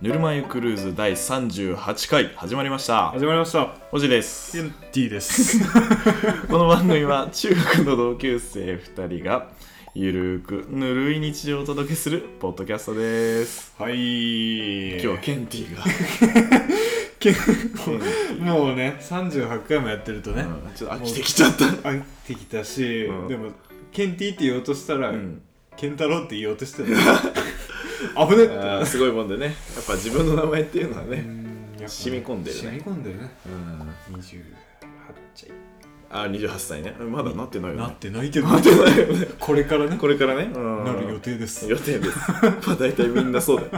ぬるま湯クルーズ第38回始まりました始まりましたおじですケンティーです この番組は中学の同級生2人がゆるーくぬるい日常をお届けするポッドキャストですはい今日はケンティがケ ケンンティもうね38回もやってるとね、うんちょっと飽きてきちゃった飽きてきたし、うんでもケンティーって言おうとしたら、うんケン太郎って言おうとして た危ねあーっすごいもんでねやっぱ自分の名前っていうのはてね染み込んでるね染み込んでるねうん28歳あー28歳ねまだなってないよねなってないけどなってないよねこれからねこれからね、うんなる予定です予定です。まあ大体みんなそうだよ。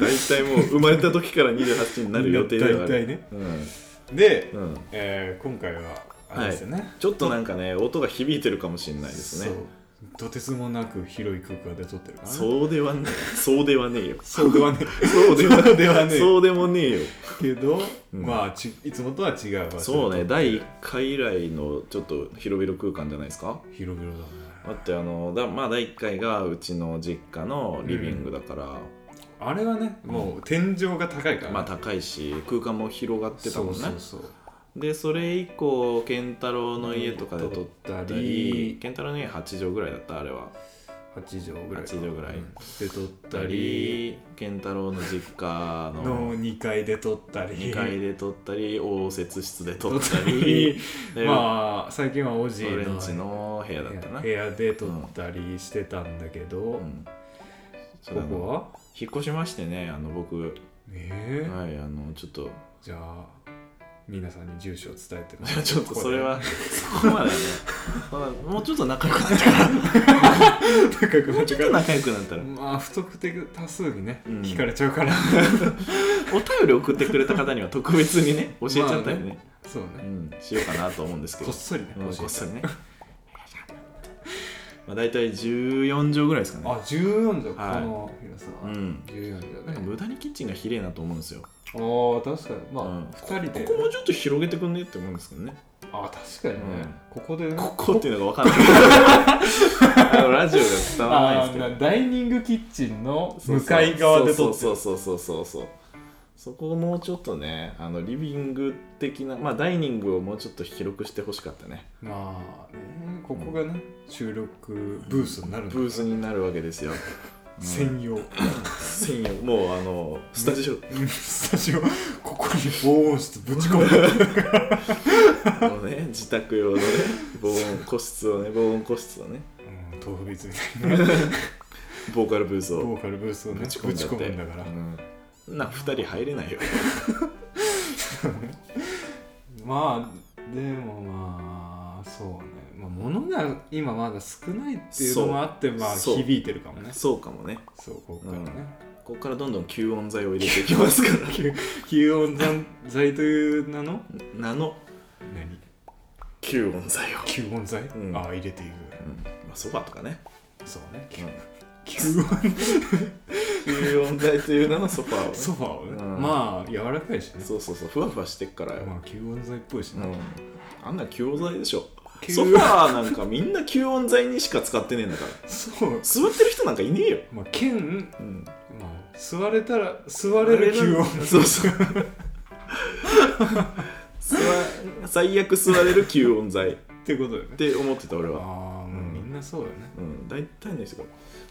大体もう生まれた時から28になる予定だから。大体ねうんで、うんえー今回はあれですよね、ちょっとなんかね、音が響いてるかもしれないですね。そうとてつもなく広い空間で撮ってるからねそうではねえ。そうではねえよ。そうではねそうではそうではねえそうでもねえよ。けど、うんまあちいつもとは違う場所そうね、第1回以来のちょっと広々空間じゃないですか。広々だねだってあの、だまあ第1回がうちの実家のリビングだから、あれはねもう天井が高いから、まあ高いし、空間も広がってたもんね。そうそうそうでそれ以降健太郎の家とかで撮った撮ったりり健太郎の家8畳ぐらいだったあれは8畳ぐらい8畳ぐらいうんで撮っ撮ったたりり健太郎の実家の の2階で撮ったり2階で撮ったり応接室で撮った撮ったり りでまあ最近はおじい俺んのちの部屋だったな部屋で撮ったりしてたんだけど、うんそうこあのこは引っ越しましてねあの僕はいねえあのちょっと じゃあ皆さんに住所を伝えても らちょっとそれはこそこまでねそんなもうちょっと仲良くなったらこで高くなもっうちてょっとから仲良くなったらまあ不特定多数にね、うん聞かれちゃうからお便り送ってくれた方には特別にね教えちゃったよねそううねん、しようかなと思うんですけこどっ、そりねうん、教えてこっそりね。 まあ、大体14畳ぐらいですかね。あ14だ、はいこの広さうは、ん。 14なだんかね無駄にキッチンが綺麗なと思うんですよ。こあー確かにまあ、うん2人でこもうちょっと広げてくんねって思うんですけ どね。あー確かにね、うんここでねここっていうの が分かんない。あのラジオが伝わらないあですーけどな。ダイニングキッチンのそうそう向かい側で撮ってそうそうそうそうそうそう。そこをもうちょっとね、あのリビング的な、まあダイニングをもうちょっと広くしてほしかったね。まあねここがね収録ブースになるんだブースになるわけですよ。 専用、専用、もうあの、スタジオ、スタジオここに防音室ぶ ち込むあのね、自宅用のね、防音個室をね、防音個室をね、うん豆腐ビーツみたいなボーカルブースボをーカルブースをねぶぶちち込んじゃって。込むんだから、うんな、2人入れないよ。まあでもまあそうね、まあ、物が今まだ少ないっていうのもあってまあそう響いてるかもねそうかもね。そうここからね、ここからどんどん吸音材を入れていきますから。 吸音残剤という名のナノ何吸音材を。吸音剤、うんああ入れていうんまあ、ソファとかね、くそうねうん吸音吸音材という名のソファを、ね、ソファーをね、うんまあ柔らかいしねそうそうそうふわふわしてっからよ、まあ吸音剤っぽいしうね、ん、あんな吸音材でしょ吸ソファーなんかみんな吸音材にしか使ってねえんだからそう座ってる人なんかいねえよ、まあ剣うん、まあ座れたら座れる吸音そうそう座最悪座れる吸音材っってことだよねて思ってた俺は、ああもうみんなそうだよねうん、大体ない人が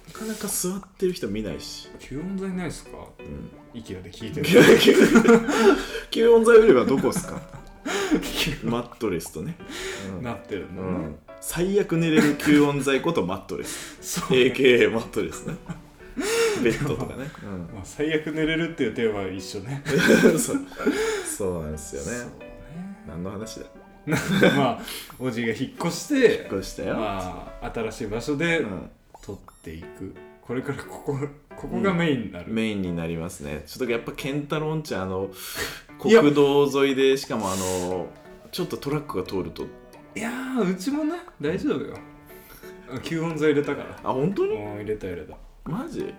なかなか座ってる人見ないし、吸音材ないっすかうん IKEA で聞いてる 吸音材売ればどこっすかマットレスとね、うん なってるうの、ん、最悪寝れる吸音材ことマットレスそう、 AKA マットレスねベッドとかね、うんまあ、最悪寝れるっていうテーマは一緒ね そうそうなんですよそうね何の話だねまあおじいが引っ越してこうしたよ、まあ新しい場所でうん撮っていく、これからここここがメインになる、メインになりますねちょっとやっぱケンタロンちゃんあの いや国道沿いでしかもあのちょっとトラックが通るといやーうちもね大丈夫よあ吸音材入れたからあ本当うにん入れた入れたマジうん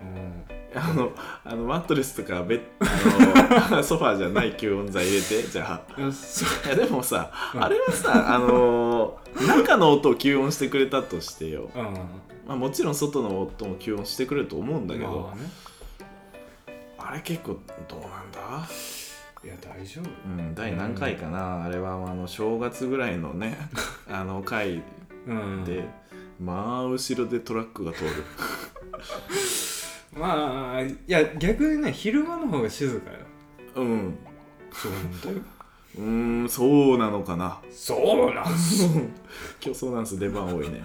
あのあのマットレスとかベッあの ソファーじゃない吸音材入れてじゃあいやそういやでもさうんあれはさあの中の音を吸音してくれたとしてようんまあ、もちろん外の音も吸音してくれると思うんだけど、まあねあれ結構どうなんだいや大丈夫うん第何回かな、あれはあの正月ぐらいの ねあの回うんで、まあ後ろでトラックが通るまあいや逆にね昼間の方が静かようんそうなんだようーんそうなのかな そうなんす今日そうなんす出番多いね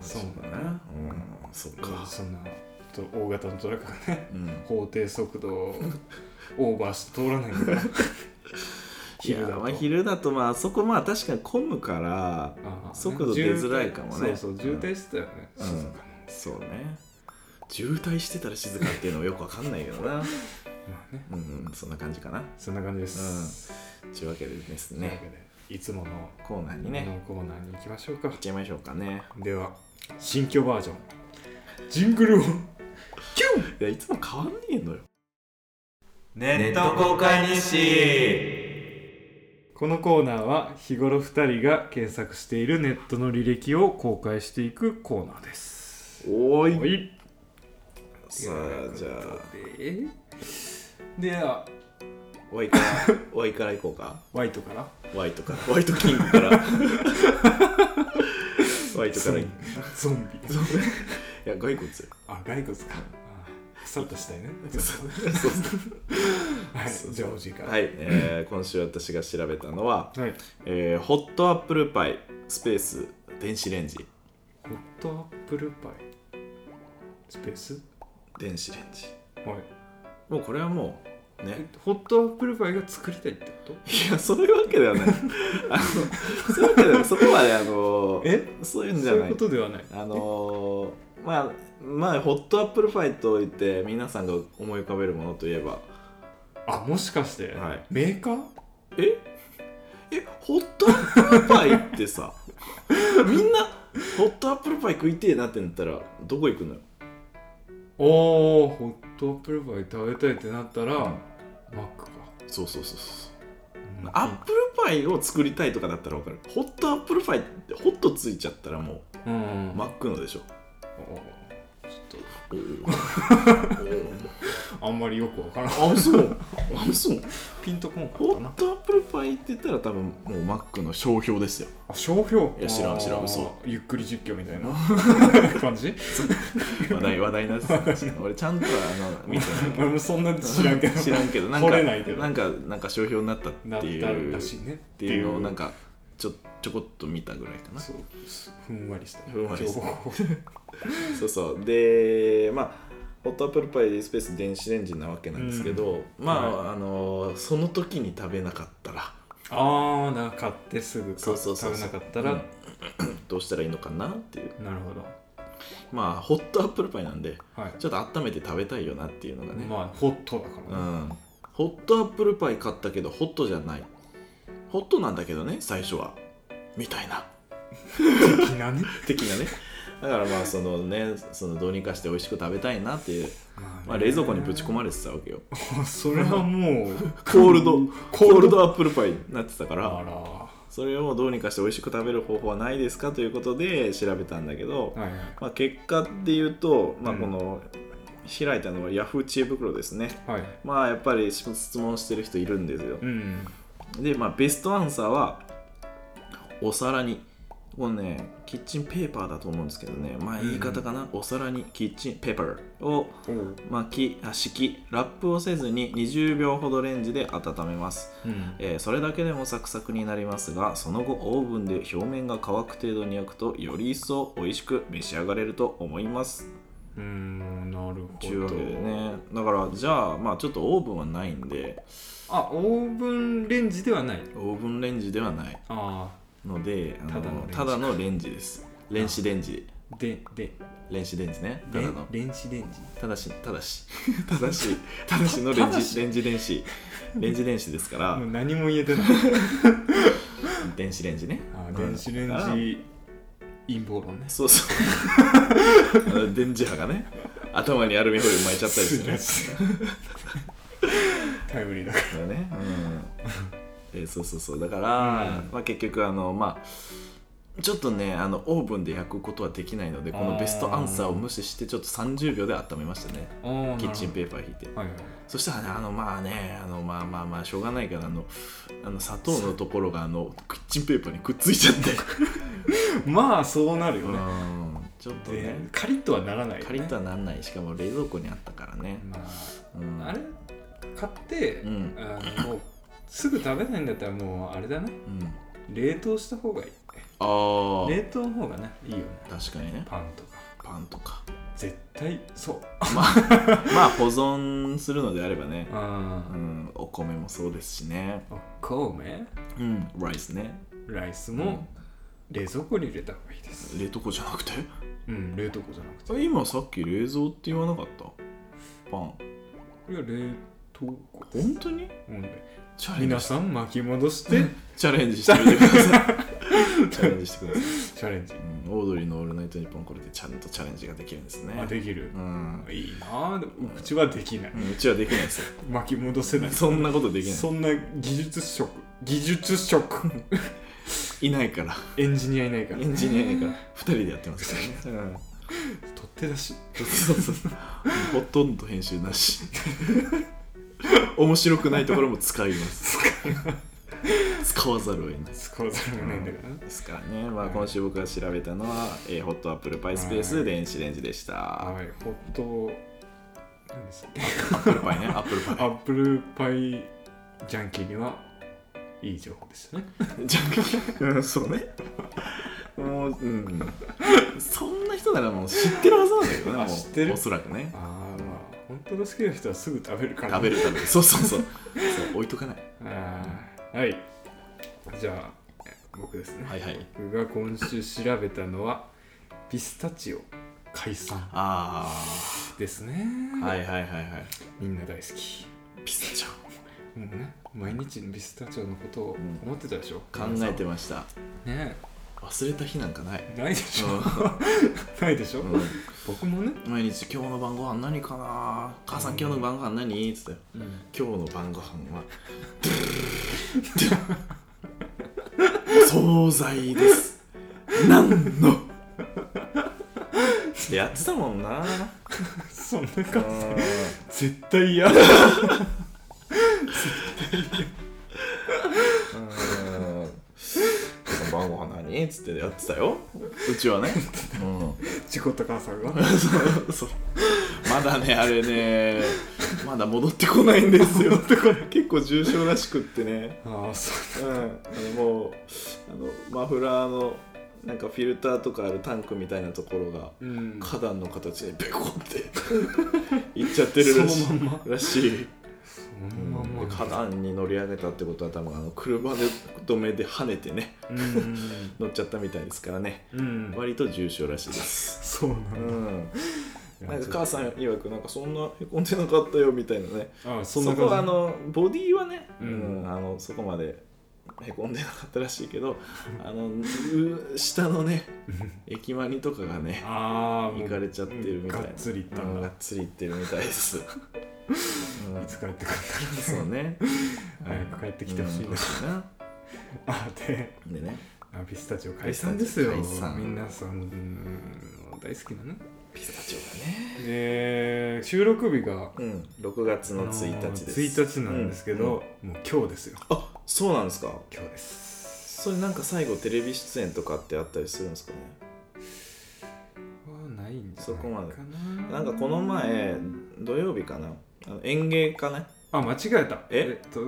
そうだなうんそっかそんなと大型のトラックがね うん法定速度をオーバーして通らない んだ昼だいやとまあ昼だとまああそこまあ確かに混むからああ速度出づらいかもねそうそう渋滞してたよね、うん静かなんですそうね渋滞してたら静かっていうのはよくわかんないけどなまあねうんそんな感じかなそんな感じです、というわけでですというわねけでいつものコーナーにこねのコーナーに行きましょうかいっちゃいましょうかねでは新居バージョンジングルをいやいつも変わんねえのよネット公開日このコーナーは日頃2人が検索しているネットの履歴を公開していくコーナーですおーいはいさあじゃあででは Y から Y から行こうか Y とから Y とか Y とキングから Y とからいゾンビや骸骨そうあ骸骨か腐った死体ねそうはいそうじゃあおじいからはい、えー今週私が調べたのは、はいえーホットアップルパイスペース電子レンジホットアップルパイスペース電子レンジはいもうこれはもうえねホットアップルパイが作りたいってこといやそういうわけではないあのそういうわけではないそこまであのえそういそううんじゃいうないことではないあのー、まあまあホットアップルパイといって皆さんが思い浮かべるものといえばあもしかして、はいメーカーええホットアップルパイってさ みんなホットアップルパイ食いてえなってなったらどこ行くのよおおホットアップルパイ食べたいってなったら、うんマックか、そうそうそうそううんアップルパイを作りたいとかだったら分かるホットアップルパイってホットついちゃったらもうん、うマックのでしょおーちょっおーとあんまりよくわからんおーあ そうあそうピンとこんかホったッなトアップルパイって言ったら多分もうマックの商標ですよあ商標いや知らん知らんあー嘘ゆっくり実況みたいな 感じ話題話題になってたんですけど俺ちゃんとはあの見て俺もそんな知らんけ ど知らんけどなん掘かれないけどなんかなんか商標になったなっっていたうらしいねっっていうのをなんかちょちょこっと見たぐらいかなそそうふんわりしたふんわりした情報うそうでまあホットアップルパイでスペース電子レンジなわけなんですけど、まあ、あのその時に食べなかったらああなんか買ってすぐそかうそうそう食べなかったら、うんどうしたらいいのかなっていうなるほどまあホットアップルパイなんではい、ちょっと温めて食べたいよなっていうのがね、まあホットだからね、うんホットアップルパイ買ったけどホットじゃないホットなんだけどね最初はみたいな的なね的な ねだからまあそのねそのどうにかして美味しく食べたいなっていう、ままあ、冷蔵庫にぶち込まれてたわけよむそれはもうコールドコ コーールドルドアップルパイになってたかあららそれをどうにかして美味しく食べる方法はないですかということで調べたんだけど、はいまあ、結果っていうと、まあ、うんこの開いたのはヤフー知恵袋ですねはいまあやっぱり質問してる人いるんですようんで、まあ、ベストアンサーはお皿にこのねキッチンペーパーだと思うんですけどねまあ言い方かな、お皿にキッチンペーパーをおう巻きあ敷きラップをせずに20秒ほどレンジで温めます、うんえーそれだけでもサクサクになりますがその後オーブンで表面が乾く程度に焼くとより一層美味しく召し上がれると思いますうーんなるというほわどけでねだからじゃあまあちょっとオーブンはないんであオーブンレンジではないオーブンレンジではないあのであのたただだのレンジです電子レンジあでで電子レンジねたレだンの電子レンジただしただ しただしただしのレンただしジレンジ電子レンジ電子ですからもう何も言えてない電子レンジねあうーん電子レンだからジ陰謀論ねそうそう あの電磁波がね頭にアルミホイル巻いちゃったりするやつす タイムリーだか だよね、うん、えそうそうそうだから、まあ、結局あのまあちょっとねあのオーブンで焼くことはできないのでこのベストアンサーを無視してちょっと30秒で温めましたねおーキッチンーペーパー引いてはいはいそしたらねあのまあねあのまあまあまあしょうがないからあのあの砂糖のところがあのキッチンペーパーにくっついちゃって、まあそうなるようね、んちょっとでねカリッとはならないよねカリッとはなんないしかも冷蔵庫にあったからね、まうん、あ、あれ買って、うんあのもうすぐ食べないんだったらもうあれだねうん冷凍した方がいいあー冷凍の方がねいいよね確かにねパンとかパンとか絶対そう まあ保存するのであればね、あうーん、お米もそうですしね、お米うん、ライスねライスうんも冷蔵庫に入れた方がいいです冷凍庫じゃなくてうん冷凍庫じゃなくてあ今さっき冷蔵って言わなかったパンこれは冷凍庫です本当にほんでチャレンジ皆しさん巻き戻してチャレンジしてみてくださ いチャレンジしてください、チャレンジうん、オードリーの「オールナイトニッポン」これでちゃんとチャレンジができるんですねあできるうん、いいなあでもうちはできないうんうちはできないですよ巻き戻せな いそんなことできないそんな技術職技術職いないからエンジニアいないからエンジニアいないから2人でやってますからね、うん取って出しそうそうそうほとんど編集なし面白くないところも使います使わざるを得ない使わざるを得ないんだからなですからね、まあ、今週僕が調べたのは、えーホットアップルパイスペース電子レンジでしたはいホット何でしたっけアップルパイねアップルアパップルパイジャンキーにはいい情報でしたねイじゃあうんそうねもう、うん、そんな人ならもう知ってるはずなんだけどねもあう知ってるおそらくねああまあ本当の好きな人はすぐ食べるから食べる食べるそうそうそうそう置いとかないあーはいじゃあ僕ですね、はいはい僕が今週調べたのはピスタチオ解散あですねあはいはいはいはいみんな大好きピスタチオもうね毎日のピスタチオのことを思ってたでしょ、考えてましたね忘れた日なんかない、えないでしょないでしょ、僕もね、毎日今日の晩ご飯何かな母さん今日の晩ご飯何っつって今日の晩ご飯は惣菜ですなんのってやってたもんなそんなう感じん絶対嫌うん今日の晩ご飯何っつってやってたようちはね、うん事故った母さんがそう そうまだねあれねまだ戻ってこないんですよ結構重症らしくってねああそううんあのもうあのマフラーのなんかフィルターとかあるタンクみたいなところがうん花壇の形にペコ っていっちゃってるらしいそのまんまらしい、そのまんまで花壇に乗り上げたってことは多分あの車で止めで跳ねてねうん乗っちゃったみたいですからねうん割と重症らしいですそうなうんだんいなやんか母さん曰くなんかそんなへこんでなかったよみたいなねああそそんなこはあ感のボディはね、ううんんあのそこまでへこんでなかったらしいけどあのう下の ね駅前にとかがじねああもう行かれちゃってるみたいながっつりいったうんんがっだつり行ってるみたい です、うんいつ帰ってくるんだそうね早く帰ってきてほしいなうんなあででねあピスタチオ解散ですよピスタチオ解散皆さんうん大好きなねピスタチオで収録日ががねうん6月の1日です1日なんですけうんうど、もう今日ですよあそうなんですか今日ですそれなんか最後テレビ出演とかってあったりするんですかねはないんじゃそないこかまでななんかこの前土曜日かなあの園芸家ねあ間違えたえっと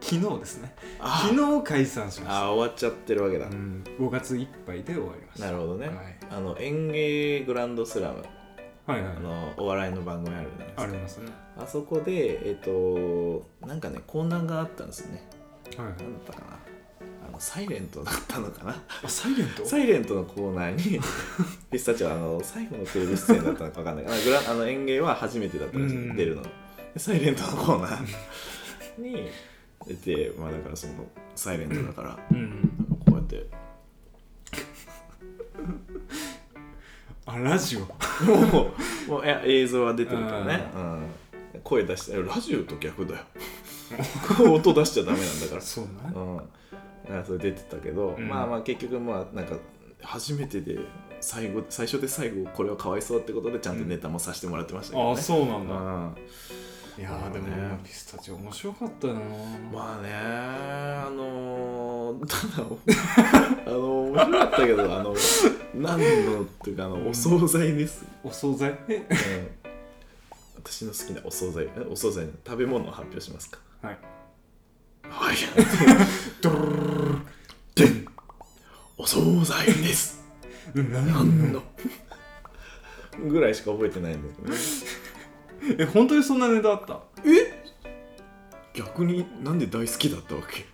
昨日ですねあー昨日解散しましあー終わっちゃってるわけだ、た、うん、5月いっぱいで終わりましたなるほどね、はいあの園芸グランドスラムはいはいあのお笑いの番組あるじゃないあでりすかますねあそこでえっ、となんかねコーナーがあったんですよねはいはいなんだったかなあのサイレントだったのかなあサイレントサイレントのコーナーにピスタチオはあの最後のテレビ出演だったのか分かんないけどあのグラあの園芸は初めてだったらしいうん出るのでサイレントのコーナーに出てまあだからそのサイレントだからなんかうんこうやってあラジオもうもういや映像は出てるからね、うん、声出してラジオと逆だよ 音出しちゃダメなんだからそうなうん、あそれ出てたけど、うんまあまあ結局まあなんか初めてで最後最初で最後これはかわいそうってことでちゃんとネタもさせてもらってましたけど、ねああそうなんだ、うんいやーでも、ねピスタチオ面白かったよな、まあねあのー、ただあの面白かったけどあの何のっていうかあのお惣菜です、お惣菜えうん私の好きなお惣菜えお惣菜の食べ物を発表しますかはいはいドルルルルルルでんお惣菜です何のぐらいしか覚えてないんだけどねえ本当にそんなネタあった逆になんで大好きだったわけ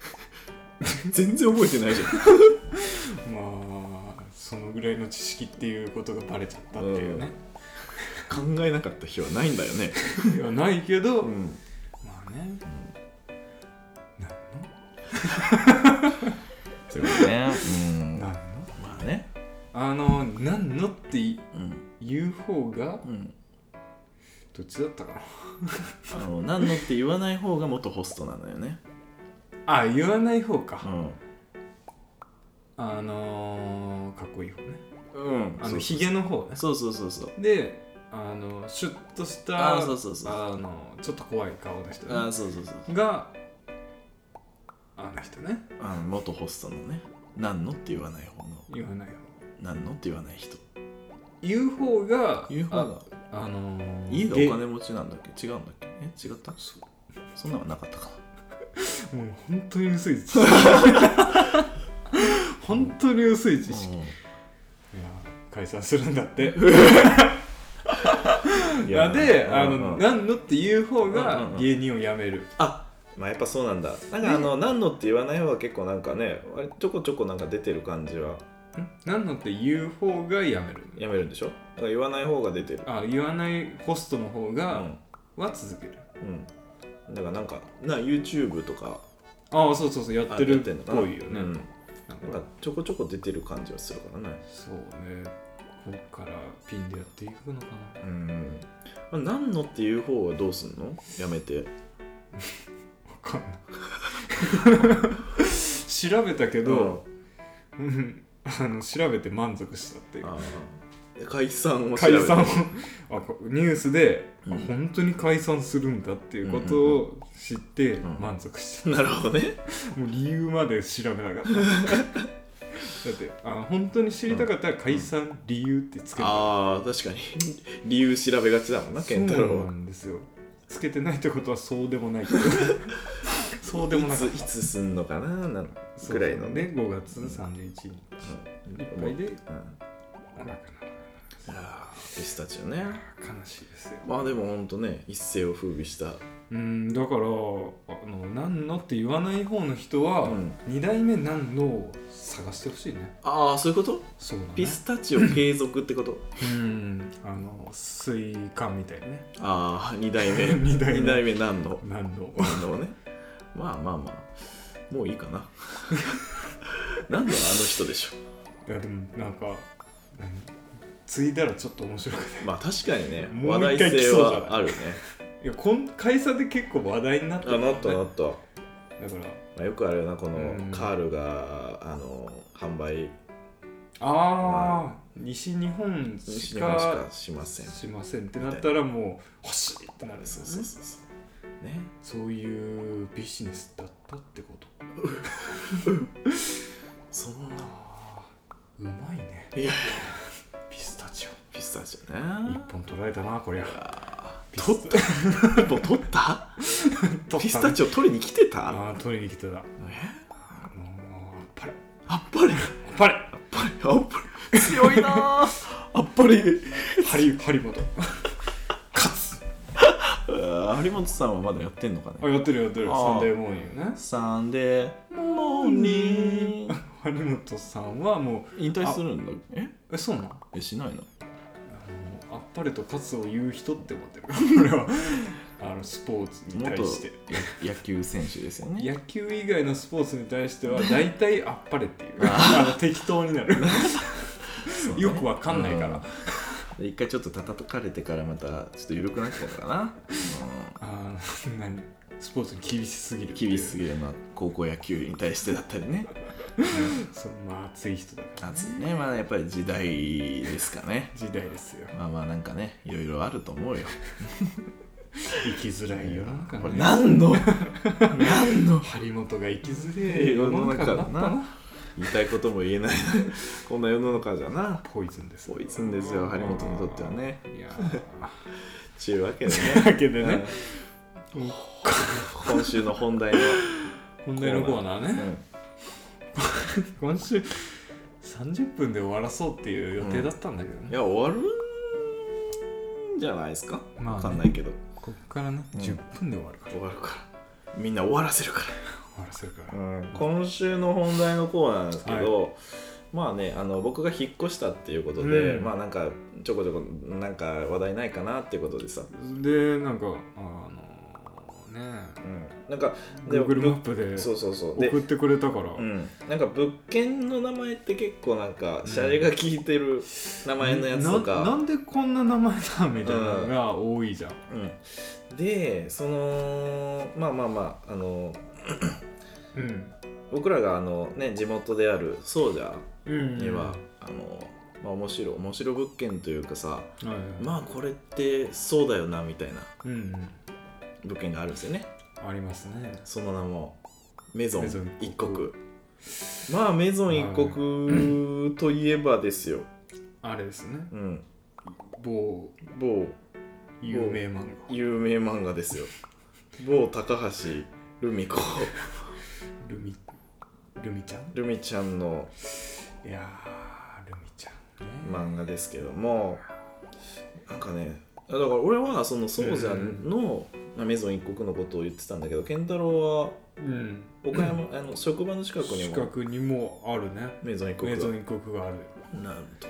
全然覚えてないじゃんまあそのぐらいの知識っていうことがバレちゃったっていうね、考えなかった日はないんだよね、いやないけど、うん、まあね、そういうことねうんなんまのあねあの「なんの?」ってうん言う方がうんどっちだったかなあの何のって言わない方が元ホストなのよねあ言わない方か、んあのー、かっこいい方ねうんあのひげの方ねそうそうそうそうであのシュッとしたあーそうそうそうあのちょっと怖い顔の人ね、あーそうそうそうがあの人ねあの元ホストのね何のって言わない方の言わない方何のって言わない人言う方が言う方がああのー、家がゲお金持ちなんだっけ違うんだっけえ違ったそんなのはなかったかもう本当に薄い 知識本当に薄い知な識、いや解散するんだ ってうんいなんで、あうんうんの、なんのっていう方がうんうん芸人を辞める。あまあやっぱそうなんだなんかあの「何の」って言わない方が結構なんかね割とちょこちょこなんか出てる感じはなんのっていう方が辞める。やめるんでしょだから言わない方が出てるあ、言わないホストの方うが、んは続ける。うんだからなんかな YouTube とかあ、そうそうそう、やあってるやっんのかなぽいよね。うんなんなんかかちょこちょこ出てる感じはするからねそうね。ここからピンでやっていくのかな。うんまあ何のっていう方はどうすんのやめてわかんない。 調べたけど、うん あの調べて満足したっていう。あー解散を調べ解て散をあこニュースで、うんあ本当に解散するんだっていうことを知っんてうん満足した、 なるほどねもう理由まで調べなかっただ ってあ本当に知りたかったら解散理由ってつけてああ確かに 理由調べがちだもんな健太そう郎なはんですよつけてないってことはそうでもないけど そうでもないかつっいつすんのかななんたぐらいのね5月31日いっうんぱいでうんお腹なくあーピスタチオねなる悲しいですよまあでもほんとね一世を風靡したうんだからあの「なんの?」って言わない方の人は、うん二代目なんのを探してほしいねああそういうことそうだねピスタチオ継続ってことうんあの水管みたいなねああ二代目 二代目二代目何のなんの何のねまあまあまあもういいか な何のあの人でしょいやでもなんか何継いだらちょっと面白くないまあ確かにねも話う一回題来性そうじゃないはあるねいやこん会社で結構話題になってあなっただなかった、まらあ、よくあるよなこのうんカールがあの販売ああ西日本西し日本しかかしませんしませんってなったらもう欲しいってなるんですそようそうねそうそうねそういうビジネスだったってことそんなああうまいねい やピスタチオピスタチオね一本取られたなこりゃピ取スっタたもう取ったピスタチオ取りに来てたああ取りに来てたもうえあっぱれああっぱれあっっぱれぱれあっぱれ強いなああっぱれハリハリボト勝つあ有本さんはまだやってんのかあねやってるやってるあーサンデーモーニングねサンデーモーニングハリモトさんはも引退するんだえうえそうなのえしないのあっぱれと勝つを言う人って思ってる俺はあのスポーツに対元して野球選手ですよね野球以外のスポーツに対しては大体あっぱれっていうあの適当になるそうねよくわかんないから、うんで一回ちょっと叩かれてからまたちょっと緩くなっちゃうからな、あー何スポーツに厳しすぎうるん、厳しすぎぎるな高校野球に対してだったりねそうまあ暑い人だから、暑いねまあやっぱり時代ですかね時代ですよまあまあなんかねいろいろあると思うよ生きづらい世の中このれね何 の何の張本が生きづれえ世の中になった世の中だな言いたいことも言えないなこんな世の中じゃなポイズンですポイズンですよ張本にとってはねいやちゅうわけでねーだけでねうん今週の本題の、本題のコーナーうねん今週30分で終わらそうっていう予定だったんだけどいね、や終わるんじゃないですか、まあねわかんないけどこっからね、うん10分で終わるから終わるからみんな終わらせるか終わらせるからら、、今週の本題のコーナーなんですけど、まあねあの僕が引っ越したっていうことで、うんまあなんかちょこちょこなんか話題ないかなっていうことでさ、でなんかあのねうん、なんかで Google マップでそうそうそうで送ってくれたから、うん、なんか物件の名前って結構なんかシャレが効いてる名前のやつとなか、なんでこんな名前だみたいなのが多いじゃん、うん、でそのまあまあまああのうん僕らがあの、ね、地元であるソージャうんーには、あのまあ、面白い面白物件というかさはいはいまあこれってそうだよなみたいなうんうん、物件があるんですよねありますねその名もメゾンメゾン一一国国まあメゾン一国といえばですよ、あれですねうん、某某有名漫画有名漫画ですよ某高橋留美 子ルミルミちゃん留美ちゃんのいやールミちゃんね漫画ですけどもなんかねだから俺はその宗ちゃんの、まあメゾン一国のことを言ってたんだけど健太郎はうん岡山、あの職場の近くに近もくにもあるねメゾン一国メがゾン一国があるなんと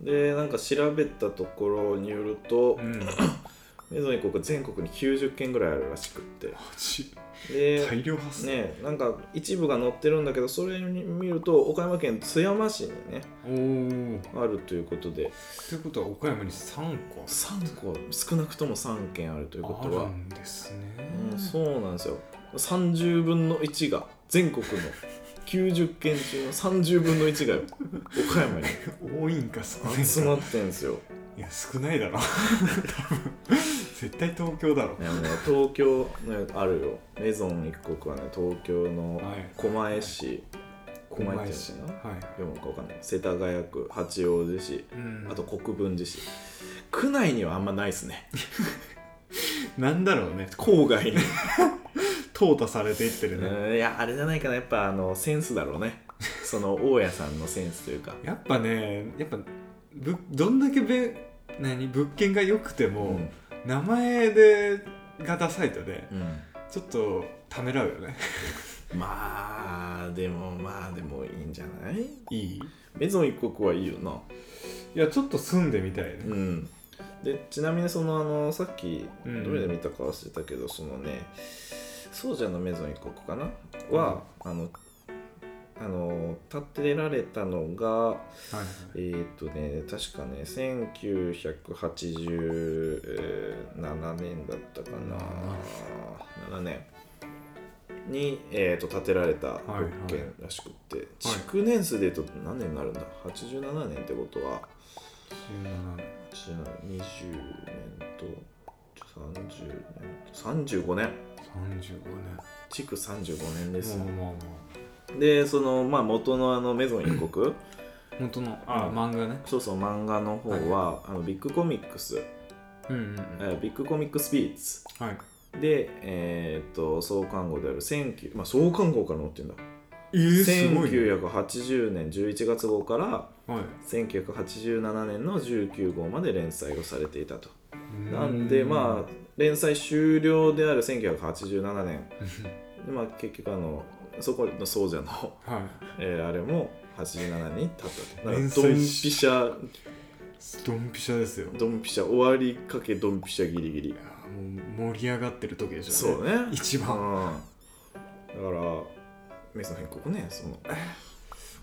でなんか調べたところによると、うんメゾン一国全国に90件ぐらいあるらしくってで大量発生、ねなんか一部が載ってるんだけどそれに見ると岡山県津山市にねおおあるということでということは岡山に3個3個少なくとも3件あるということあはる、んですね、うん、そうなんですよ30分の1が全国の90件中の30分の1がよ岡山に多いんか少ないん集かまってんですよいや少ないだろ多分絶対東京だろいやもう東京、ね、あるよメゾン一国はね東京のはい狛江市、狛江って市いうのかなは読むか分かんない世田谷区八王子市い、うん、あと国分寺市区内にはあんまないですねなんだろうね郊外に、淘汰されていってるね、うんいやあれじゃないかなやっぱあのセンスだろう ねその大家さんのセンスというかやっぱねやっぱぶどんだけべ何物件が良くてうも、ん、名前でがダサいとねうんちょっとためらうよねまあでもまあでもいいんじゃないいいメゾン一国はいいよないやちょっと住んでみたいね、うんでちなみにそのあのさっきうんどれで見たか忘れたけど、そのねソージャのメゾン一国かなは、あのあの建てられたのがはいはいえーっとね、確かね、1987年だったかな、7年に、えーっと建てられた物件らしくって、築年数で言うと何年になるんだ ?87 年ってことは、17 20年と30年と35年、 1735築35年で年す。もうもうもうで、その、まあ、元のあのメゾン一国、本当のあ、うん漫画ねそうそう、漫画の方は、あのビッグコミックス。うんうんうんえービッグコミックスピーツはいで、えーっと創刊号である19、まあ、創刊号から載ってんだ、えー、すごい、ね、 1980年11月号からはい1987年の19号まで連載をされていたとうなんでまあ連載終了である1987年 で、まあ、結局あのそこの宗者の、 あはいえーあれも87年に立ったとだから連ド載ンピシャドンピシャですよドンピシャ終わりかけドンピシャギリギリいやもう盛り上がってる時でしょそうね一番うん、だからメスの変更ね その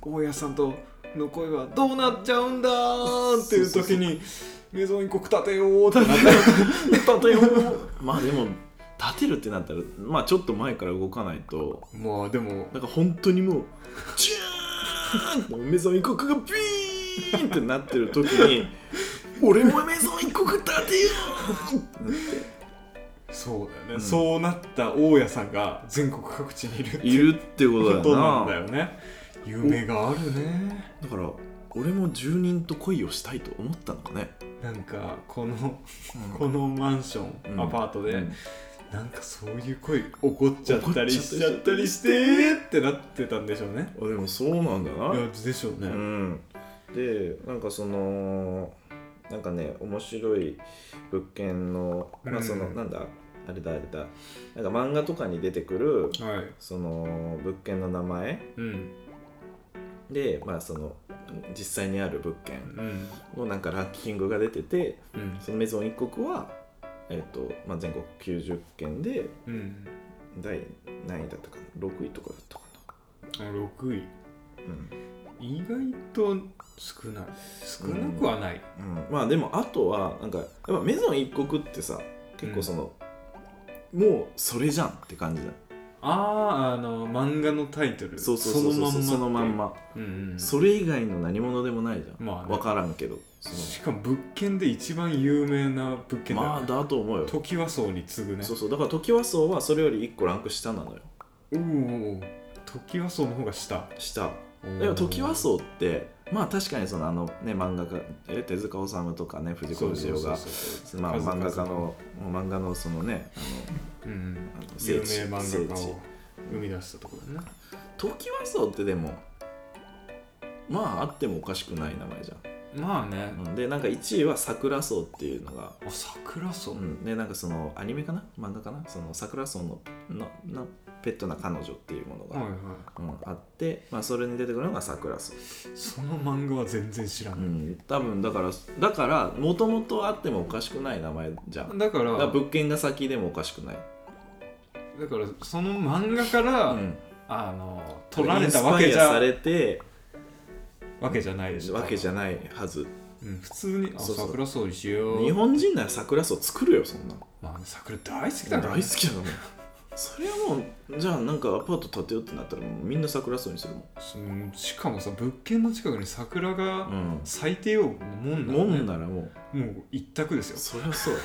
大家さんとの声はどうなっちゃうんだーっていう時にメゾン一国建てようってなった まあでも立てるってなったらまあちょっと前から動かないとまあでもなんか本当にもうジューンって目覚め国がビーンってなってる時に俺も目覚め国立てようってなって。そうだよね、うんそうなった大家さんが全国各地にいるっていいうるってこことだよとななんだよね夢があるねだから俺も住人と恋をしたいと思ったのかね、なんかこのこのマンション、うんアパートで、うんなんかそういう声怒っちゃったり怒っしちちゃゃっったりしてってなってたんでしょうねあでもそうなんだないやでしょうね、うん、でなんかそのなんかね面白い物件の、まあそのうんなんだあれだあれだなんか漫画とかに出てくるはいその物件の名前うんでまあその実際にある物件うんのなんかランキングが出ててうんそのメゾン一国は、えっとまあ、全国90件でうん第何位だったかな6位とかだったかあ6位な、うん意外と少ない少なくはない、うん、まあでもあとはなんかやっぱメゾン一国ってさ結構その、もうそれじゃんって感じだあああの漫画のタイトルそうそうそうそうそのまんまま、っていう、うんうん、それ以外の何物でもないじゃん、まあね分からんけどそしかも物件で一番有名な物件のだよまあね、だと思うよ、トキワ荘に次ぐねそうそうだからトキワ荘はそれより1個ランク下なのようおトキワ荘の方が下下でもトキワっ荘ってまあ確かにそのあのね漫画家え手塚治虫とかね藤子不二雄がまあ漫画家のもう漫画のそのねうんうんあの有聖地名漫画家聖地を生み出したところだねトキワ荘ってでもまああってもおかしくない名前じまあねゃん、うん、でなんか1位は桜荘っていうのが、あ桜う荘ん、でなんかそのアニメかな漫画かなその桜荘のののペットな彼女っていうものはが、いはうん、あって、まあ、それに出てくるのが桜荘、いその漫画は全然知らうない、ん、多分だからだからもともとあってもおかしくない名前じゃんだだからから物件が先でもおかしくない、だからその漫画から、うん、あの取られたわけインスじパイアゃされてわけじゃないでしょわけじゃないはずうん、普通にあそうそう桜荘にしよう日本人なら桜荘作るよそんなのまあね、桜大好きだ大から、好きだもんそれはもうじゃあなんかアパート建てようってなったらもうみんな桜荘にするもん、うんしかもさ物件の近くに桜がう咲いてようもんん、なものんねならもうもう一択ですよそりゃそうだ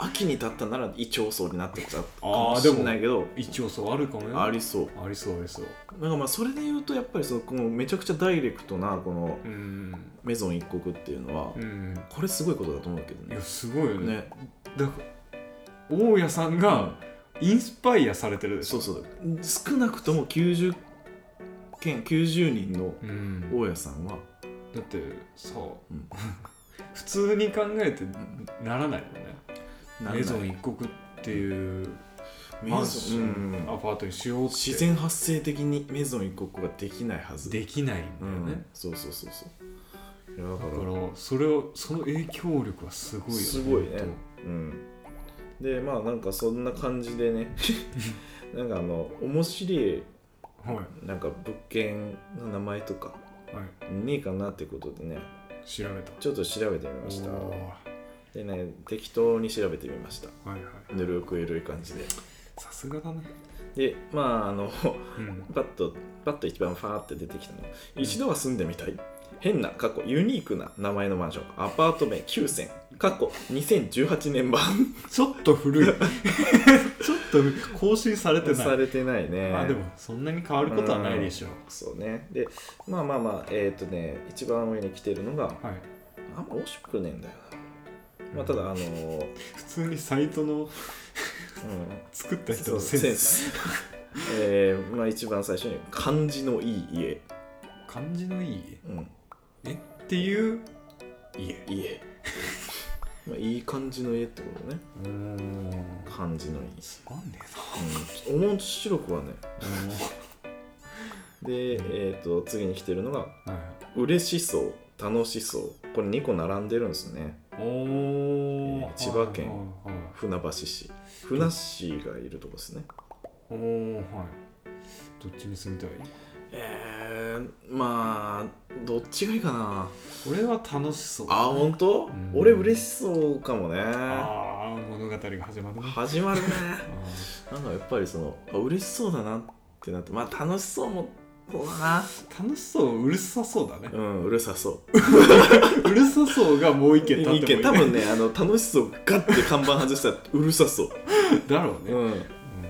秋に建ったならイチョウソウになってたかあもーしれないけど一応そうあるかもねありそうありそうですよなんかまあそれで言うとやっぱりそのこのめちゃくちゃダイレクトなこのうんメゾン一国っていうのは、うんこれすごいことだと思うけどいねやすごいよねねだから大家さんがインスパイアされてるでしょそうそうだ少なくとも90件90人のうん大家さんはだってさ、ん 普通に考えてならないよねなんないメゾン一国っていうメゾンマンショうんン、アパートにしようって自然発生的にメゾン一国ができないはずできないんだうよんね、そうそうそうそういやだだかかららそれをその影響力はすごいよねすごいね本うんでまあなんかそんな感じで ねなんかあの面白い当はなんか物件の名前とかい、はい、ねえかなってことでね調べたちょっと調べてみましたおーでね適当に調べてみましたはいはいぬるくゆるい感じでさすがだね、でまああのうん、パッとパッと一番ファーって出てきたの一度は住んでみたい変な過去ユニークな名前のマンションアパート名9000過去2018年版ちょっと古い ちょっと更新されてないされてないねまあでもそんなに変わることはないでしょう、そうねでまあまあまあえっ、とね一番上に来てるのがはいあんま面白くねえんだよな、まあ、ただあのー普通にサイトの作っうたん、人そのうセンセンスス えー、まあ一番最初に漢字のいい家、感じのいいうん、えっていう家家まあいい感じの家ってことねうーん漢字のいいつまんねうん、面白くはねえなで、えー、と次に来てるのがはい嬉しそう楽しそうこれ2個並んでるんですねおえーお千葉県はいはいはい船橋市船橋市がいるとこですねおおはいどっちに住みたいえー、まあどっちがいいかな俺は楽しそうあ本当、ん俺嬉しそうかもねあー物語が始まるな始まるね あーなんかやっぱりそのあ嬉しそうだなってなってまあ楽しそうもそうだな楽しそううるさそうだねうんうるさそううるさそうがもう一件立意っ見てもいい多分ねあの楽しそうガッて看板外したらうるさそう、だろうね、うん、うん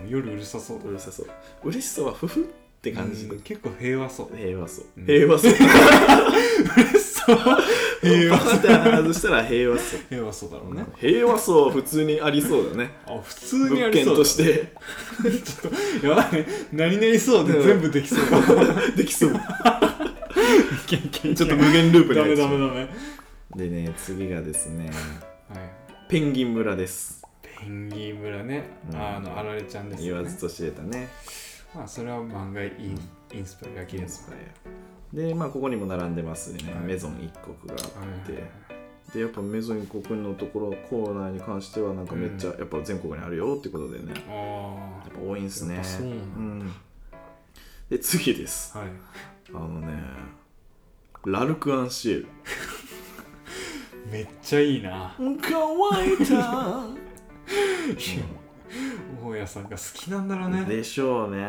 夜うるさそううるさそう嬉しそうはふふって感じでうん結構平和そう平和そううん平和そううるさそう 平和パカって外したら平和そう平和そうだろうね平和そう普通にありそうだねあ普通にあ物り件そうとしてちょっとやばいね何々そうで全部できそうでき そうちょちょっと無限ループにダ入メっちゃダうメダメ、はでね次がですねい、ペンギン村ですペンギン村ね、うんあのあられちゃんです言よわねずと知れたねまあそれは漫画インインスパイア系ですでまあここにも並んでますね、はいメゾン一国がはいはあって、いはいでやっぱメゾン国のところコーナーに関してはなんかめっちゃ、やっぱ全国にあるよってことでねやあっぱ多いんすねやっぱそうなんだんで次ですあはいあのねラルク・アンシエルめっちゃいいな乾いた、大家さんが好きなんだろううんね でしょうねいや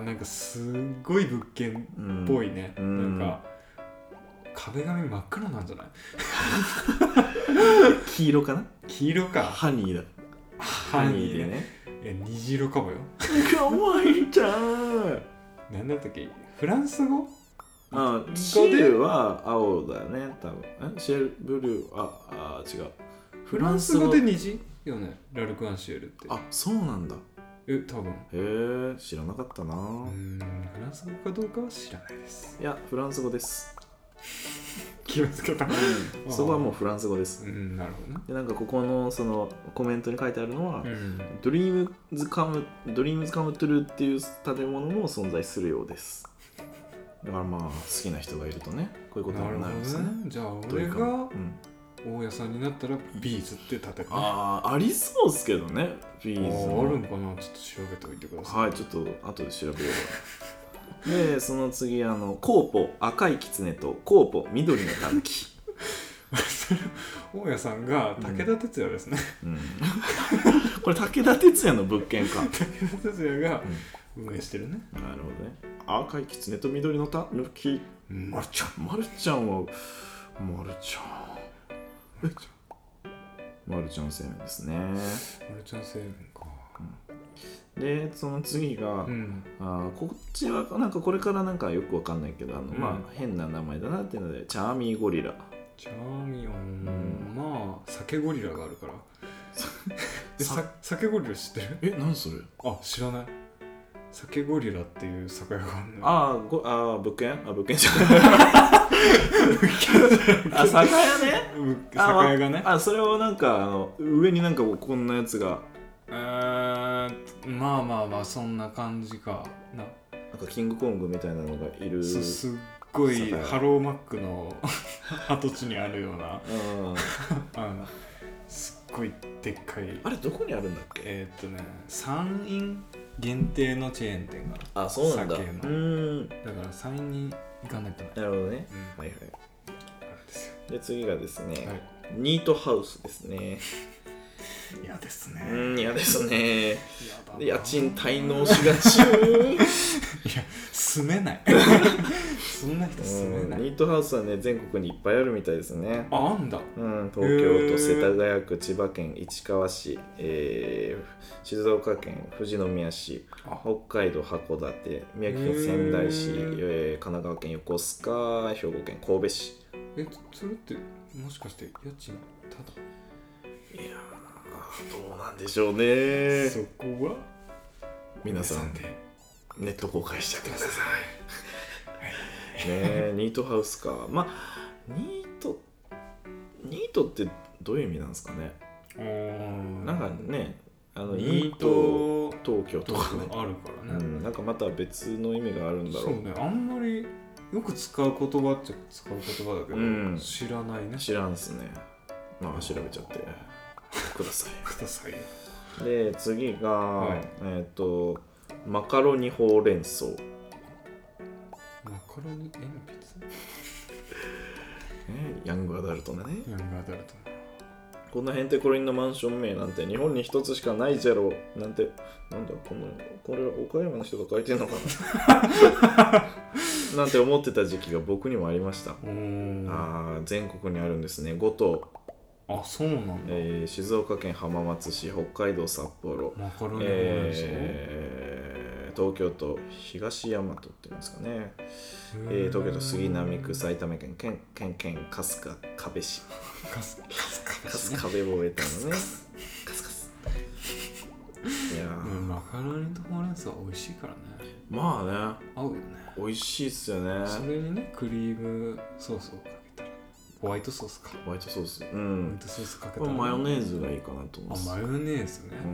ーなんかすっごい物件っぽいね、うんなんか壁紙真っ黒なんじゃない黄色かな黄色かハニーだハニーでねねえ虹色かもよ乾いた何だったっけフランス語あでシエルは青だよね多分えシエルブルーああ違うフランス語で虹よねラルク・アンシエルってあそうなんだえ多分へえ知らなかったな、うーんフランス語かどうかは知らないです いやフランス語です気をつけたんそこはもうフランス語ですうんなるほどねでなんかここのそのコメントに書いてあるのは、うんドリームズカムドリームズカムトゥルーっていう建物も存在するようですだからまあ好きな人がいるとねこういうことなるになるんですほどねねじゃあドリ俺カムがうん、大家さんになったらビーズって建てるねああありそうっすけどねビーズあもあるんかなちょっと調べておいてくださはい。いちょっと後で調べようかなでその次あのコーポ赤い狐とコーポ緑の狸大家さんが武田鉄矢ですね。うんこれ武田鉄矢の物件か、武田鉄矢が運営してるね。なるほどね赤い狐と緑のたぬきままるちゃんまるちゃんはまるちゃんえまるちゃん生命ですねるちゃん成分か。でその次が、うん。あーこっちはなんかこれからなんかよくわかんないけどあの、んまあ変な名前だなっていうのでチャーミーゴリラチャーミオんン、まあ、酒ゴリラがある から。え、ささ酒ゴリラ知ってるえ何それあ、知らない。酒ゴリラっていう酒屋があるのよ。あーごあー物件あ物件じ ゃないあ酒屋ねうん酒あ屋がね。あそれをなんかあの上になんかこうこんなやつがえーまあまあまあ、そんな感じかな。なんかキングコングみたいなのがいるすすっごい酒屋ハローマックの 跡地にあるようなうんあのすっごいでっかいあれどこにあるんだっけえーっとね山陰限定のチェーン店があそうなんだう酒のーんなだから山陰に行かないとねるほどねうんはいはあるんですよいで次がですね、はニートハウスですねい嫌ですうねーん嫌です ね嫌だなで家賃滞納しが ちう住 めないそんな人住めんない、ニートハウスはね全国にいっぱいあるみたいですねああんだうん、東京都世田谷区、千葉県市川市、えー静岡県富士宮市あ北海道函館宮城県仙台市へ、ーえー神奈川県横須賀兵庫県神戸市えそれってもしかして家賃ただ、いやどうなんでしょうねそこは皆さん皆でネット公開してくださいねえ ニートハウスかまあニートニートってどういう意味なんですかねうーんなんかねあのニート東京ととかかねあるからうね、ん、なんかまた別の意味があるんだそろううねあんまりよく使う言葉っちゃ使う言葉だけど、うん知らないね知らんっすねまあ調べち ゃってくださくださいよいで次が、はいえっ、とマカロニほうれん草マカカロニ鉛筆ねヤングアダルトだねヤングアダルトこんなへんてこりんのマンション名なんて日本に一つしかないじゃろうなんてなんだこのこれは岡山の人が書いてんのか ななんて思ってた時期が僕にもありましたおーあー全国にあるんですね五島、あそうなんだ、えー静岡県浜松市北海道札幌、マカロニオレンジえー東京都東大和って言うんですかね、えー東京都杉並区埼玉県県県県春日壁市カスカスカス春日壁を得たのねカスカスいやうーんマカロニとほうれん草は美味しいからねまあね合うよね美味しいっすよねそれにねクリームソースをかけたらホワイトソースかホワイトソースうホワイんトソースかけたこられマヨネーズがいいかなと思いますあマヨネーズね、う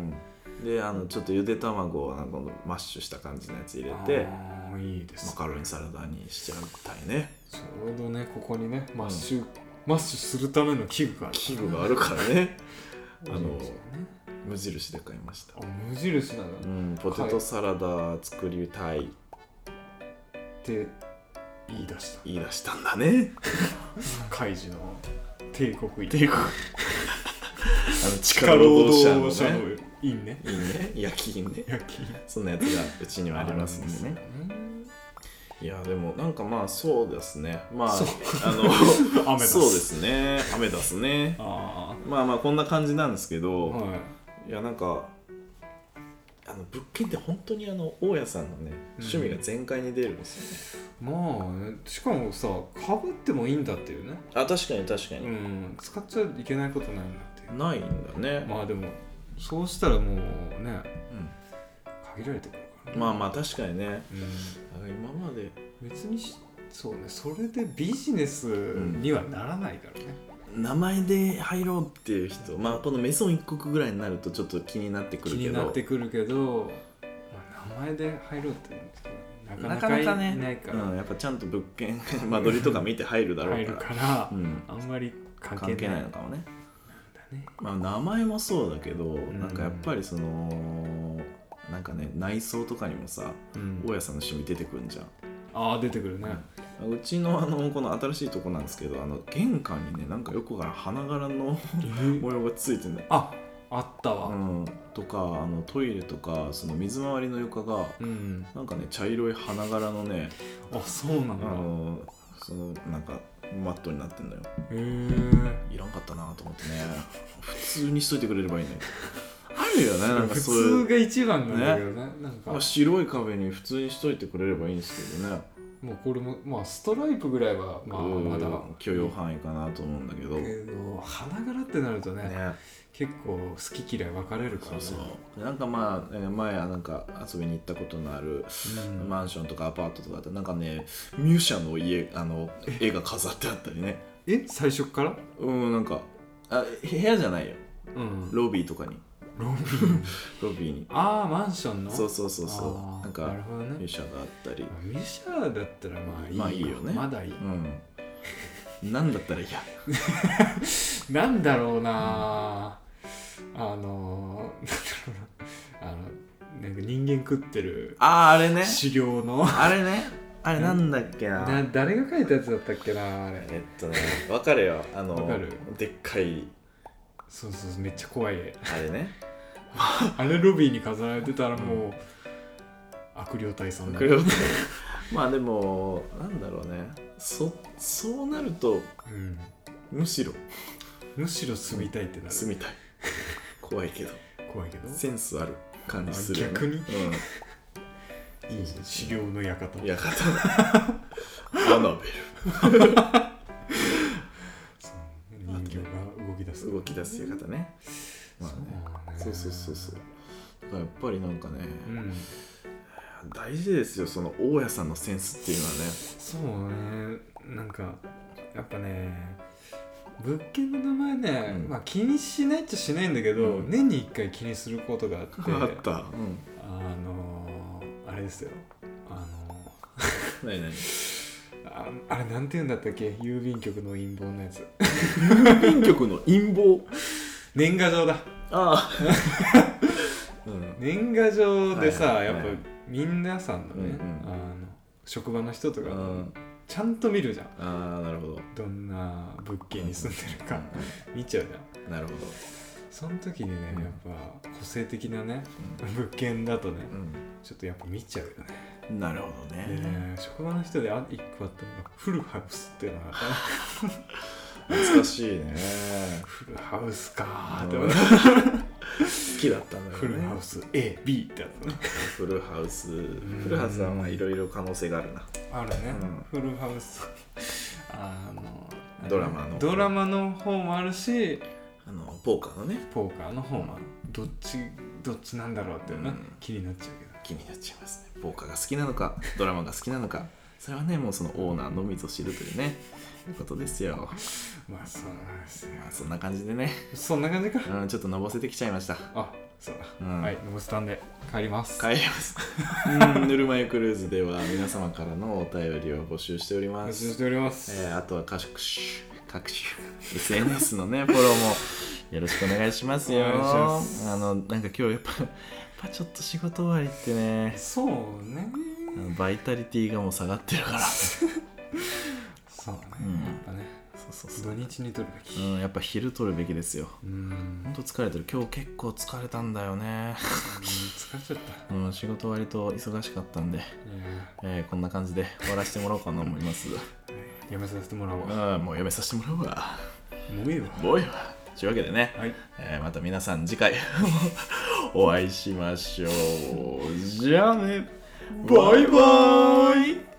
ん、であのちょっとゆで卵をなんかマッシュした感じのやつ入れてあーいいですマカロニサラダにしちゃいたいねちょうどねここにねマッシュ、マッシュするための器具がある器具があるからねあの無印ね 無印で買いましたあ、無印なんうだっん、ポテトサラダ作りたいて言い出した言い出したんだねカイジの帝国帝院国あの地下下労労働者働者ののね院ねいいね焼き印ね焼きそんなやつがうちにはありますんでねいやでもなんかまあそうですねまあそうあ の雨だそうですね雨だすねあまあまあこんな感じなんですけあど、はいいやなんかあの物件って本当にあの大家さんのね趣味が全開に出るんですまあねしかもさかぶってもいいんだっていうねよ、ねあ確かに確かうに、ん使っちゃいけないことないんだっていうないんだね、まあでもそうしたらもうねう限られてくるからねんまあまあ確かにねうんあ今まで別にしそうねそれでビジネスにはならないからね、名前で入ろうっていう人まあこのメゾン一国ぐらいになるとちょっと気になってく気るけになどってくるけど、まあ、名前で入ろうってなかななかかなかいないねからうん、やっぱちゃんと物件 間取りとか見て入るだろうから入るから、うん、あんまり関係関係なないいんのだかもねねまあ、名前もそうだけど、んなんかやっぱりそのなんかね内装とかにもさうん大家さんの趣味出てくるんじゃん、ああ出てくるね、うちのあのこの新しいとこなんですけどあの玄関にねなんかよくから花柄の模様がついてない、ああったうわん、とかあのトイレとかその水回りの床がうん、なんかね茶色い花柄のね、あそうなあんだ、のそのなんかマットになってんのよへいらんかったなと思って ね普通にしといてくれればいいのにあるよねえなんか普そういう通が一番なんだけどねなんかまあ、白い壁に普通にしといてくれればいいんですけどね、もうこれもまあストライプぐらいはまあうんまだ許容範囲かなと思うんだけど、けど花柄ってなるとねね、結構好き嫌い分かれるからそねうそうなんかまあ、えー前なんか遊びに行ったことのあるうんマンションとかアパートとかだとなんかねミュシャの家あの絵が飾ってあったりねえ最初っからうんなんかあ部屋じゃないようんロビーとかにロビーロビーにああマンションのそうそうそうそあーうなんなかるほどミュねシャがあったりまあミシャだったらまあいい,、まあいいよねまだいい、うんなんだったらいやなんだろうな、あのーなんだろうなあのなんか人間食ってるあああれね狩猟のあれねあれなんだっけなな誰が書いたやつだったっけなあれえっとね、わかるよ。あの、わかるでっかい、そうそうそうめっちゃ怖い絵あれ ね。あれロビーに飾られてたらもう、悪霊退散だクレオパトラまあでも、なんだろうね。そ、そうなると、うんむしろむしろ住みたいってなる住みたい。怖いけど、怖いけどセンスある感じする、ね。あ逆にういいね狩猟の館ん。 いや、かたアナベ人形が動き出すル。動き出す館ね。まあね。そうそうそうそう。だからやっぱりなんかね、うん大事ですよ、その大家さんのセンスっていうのはね。そうねなんかやっぱね物件の名前ね、うんまあ気にしないっちゃしないんだけど、うん年に1回気にすることがあってあった。うん。あのー、あれですよあの何何ーああれなんて言うんだったっけ郵便局の陰謀のやつ郵便局の陰謀年賀状だああうん年賀状でさ、はいはいやっぱ皆さんのね、うんうんあの職場の人とか、うんちゃんと見るじゃんああなるほどどんな物件に住んでるか、見ちゃうじゃんうんなるほど、その時にねうんやっぱ個性的なね物件だとねうちょっとやっぱ見ちゃうよねん、なるほどでねね職場の人であ一個あったのがフルハウスっていうのがあった懐かしいねフルハウスかあーっでて思もっ好てきだったんだフよルねハウス AB ってやつねフルハウスフルハウスはまあいろいろ可能性があるなあるね、うフルハウスあのドラマのドラマの方もあるしあのポーカーのねポーカーの方もあるどっちどっちなんだろうっていうね、うん気になっちゃうけど気になっちゃいますねポーカーが好きなのかドラマが好きなのかそれはねもうそのオーナーのみぞ知るというねことですよまあそうなんですよまあそんな感じでね、そんな感じかうん、ちょっとのぼせてきちゃいましたあそうだ、うんはいノブスタンで帰ります帰り ますうんぬるま湯クルーズでは皆様からのお便りを募集しておりま募集すしております、えーあとは各種各種 SNS のねフォローもよろしくお願いしますよお願いしますあのなんか今日やっぱやっぱちょっと仕事終わりってねそうねあのバイタリティがもう下がってる からそうそうね、うんやっぱねそう土日に撮るべうきん、やっぱ昼取るべきですようんほんと疲れてる今日結構疲れたんだよね、疲れちゃったうん、仕事割と忙しかったんで、いやえーこんな感じで終わらせてもらおうかなと思います ーやめさせてもらおう、うんもうやめさせてもらうわもういいわもういいわというわけでね、はいえーまた皆さん次回 お会いしましょうじゃあねバイバイ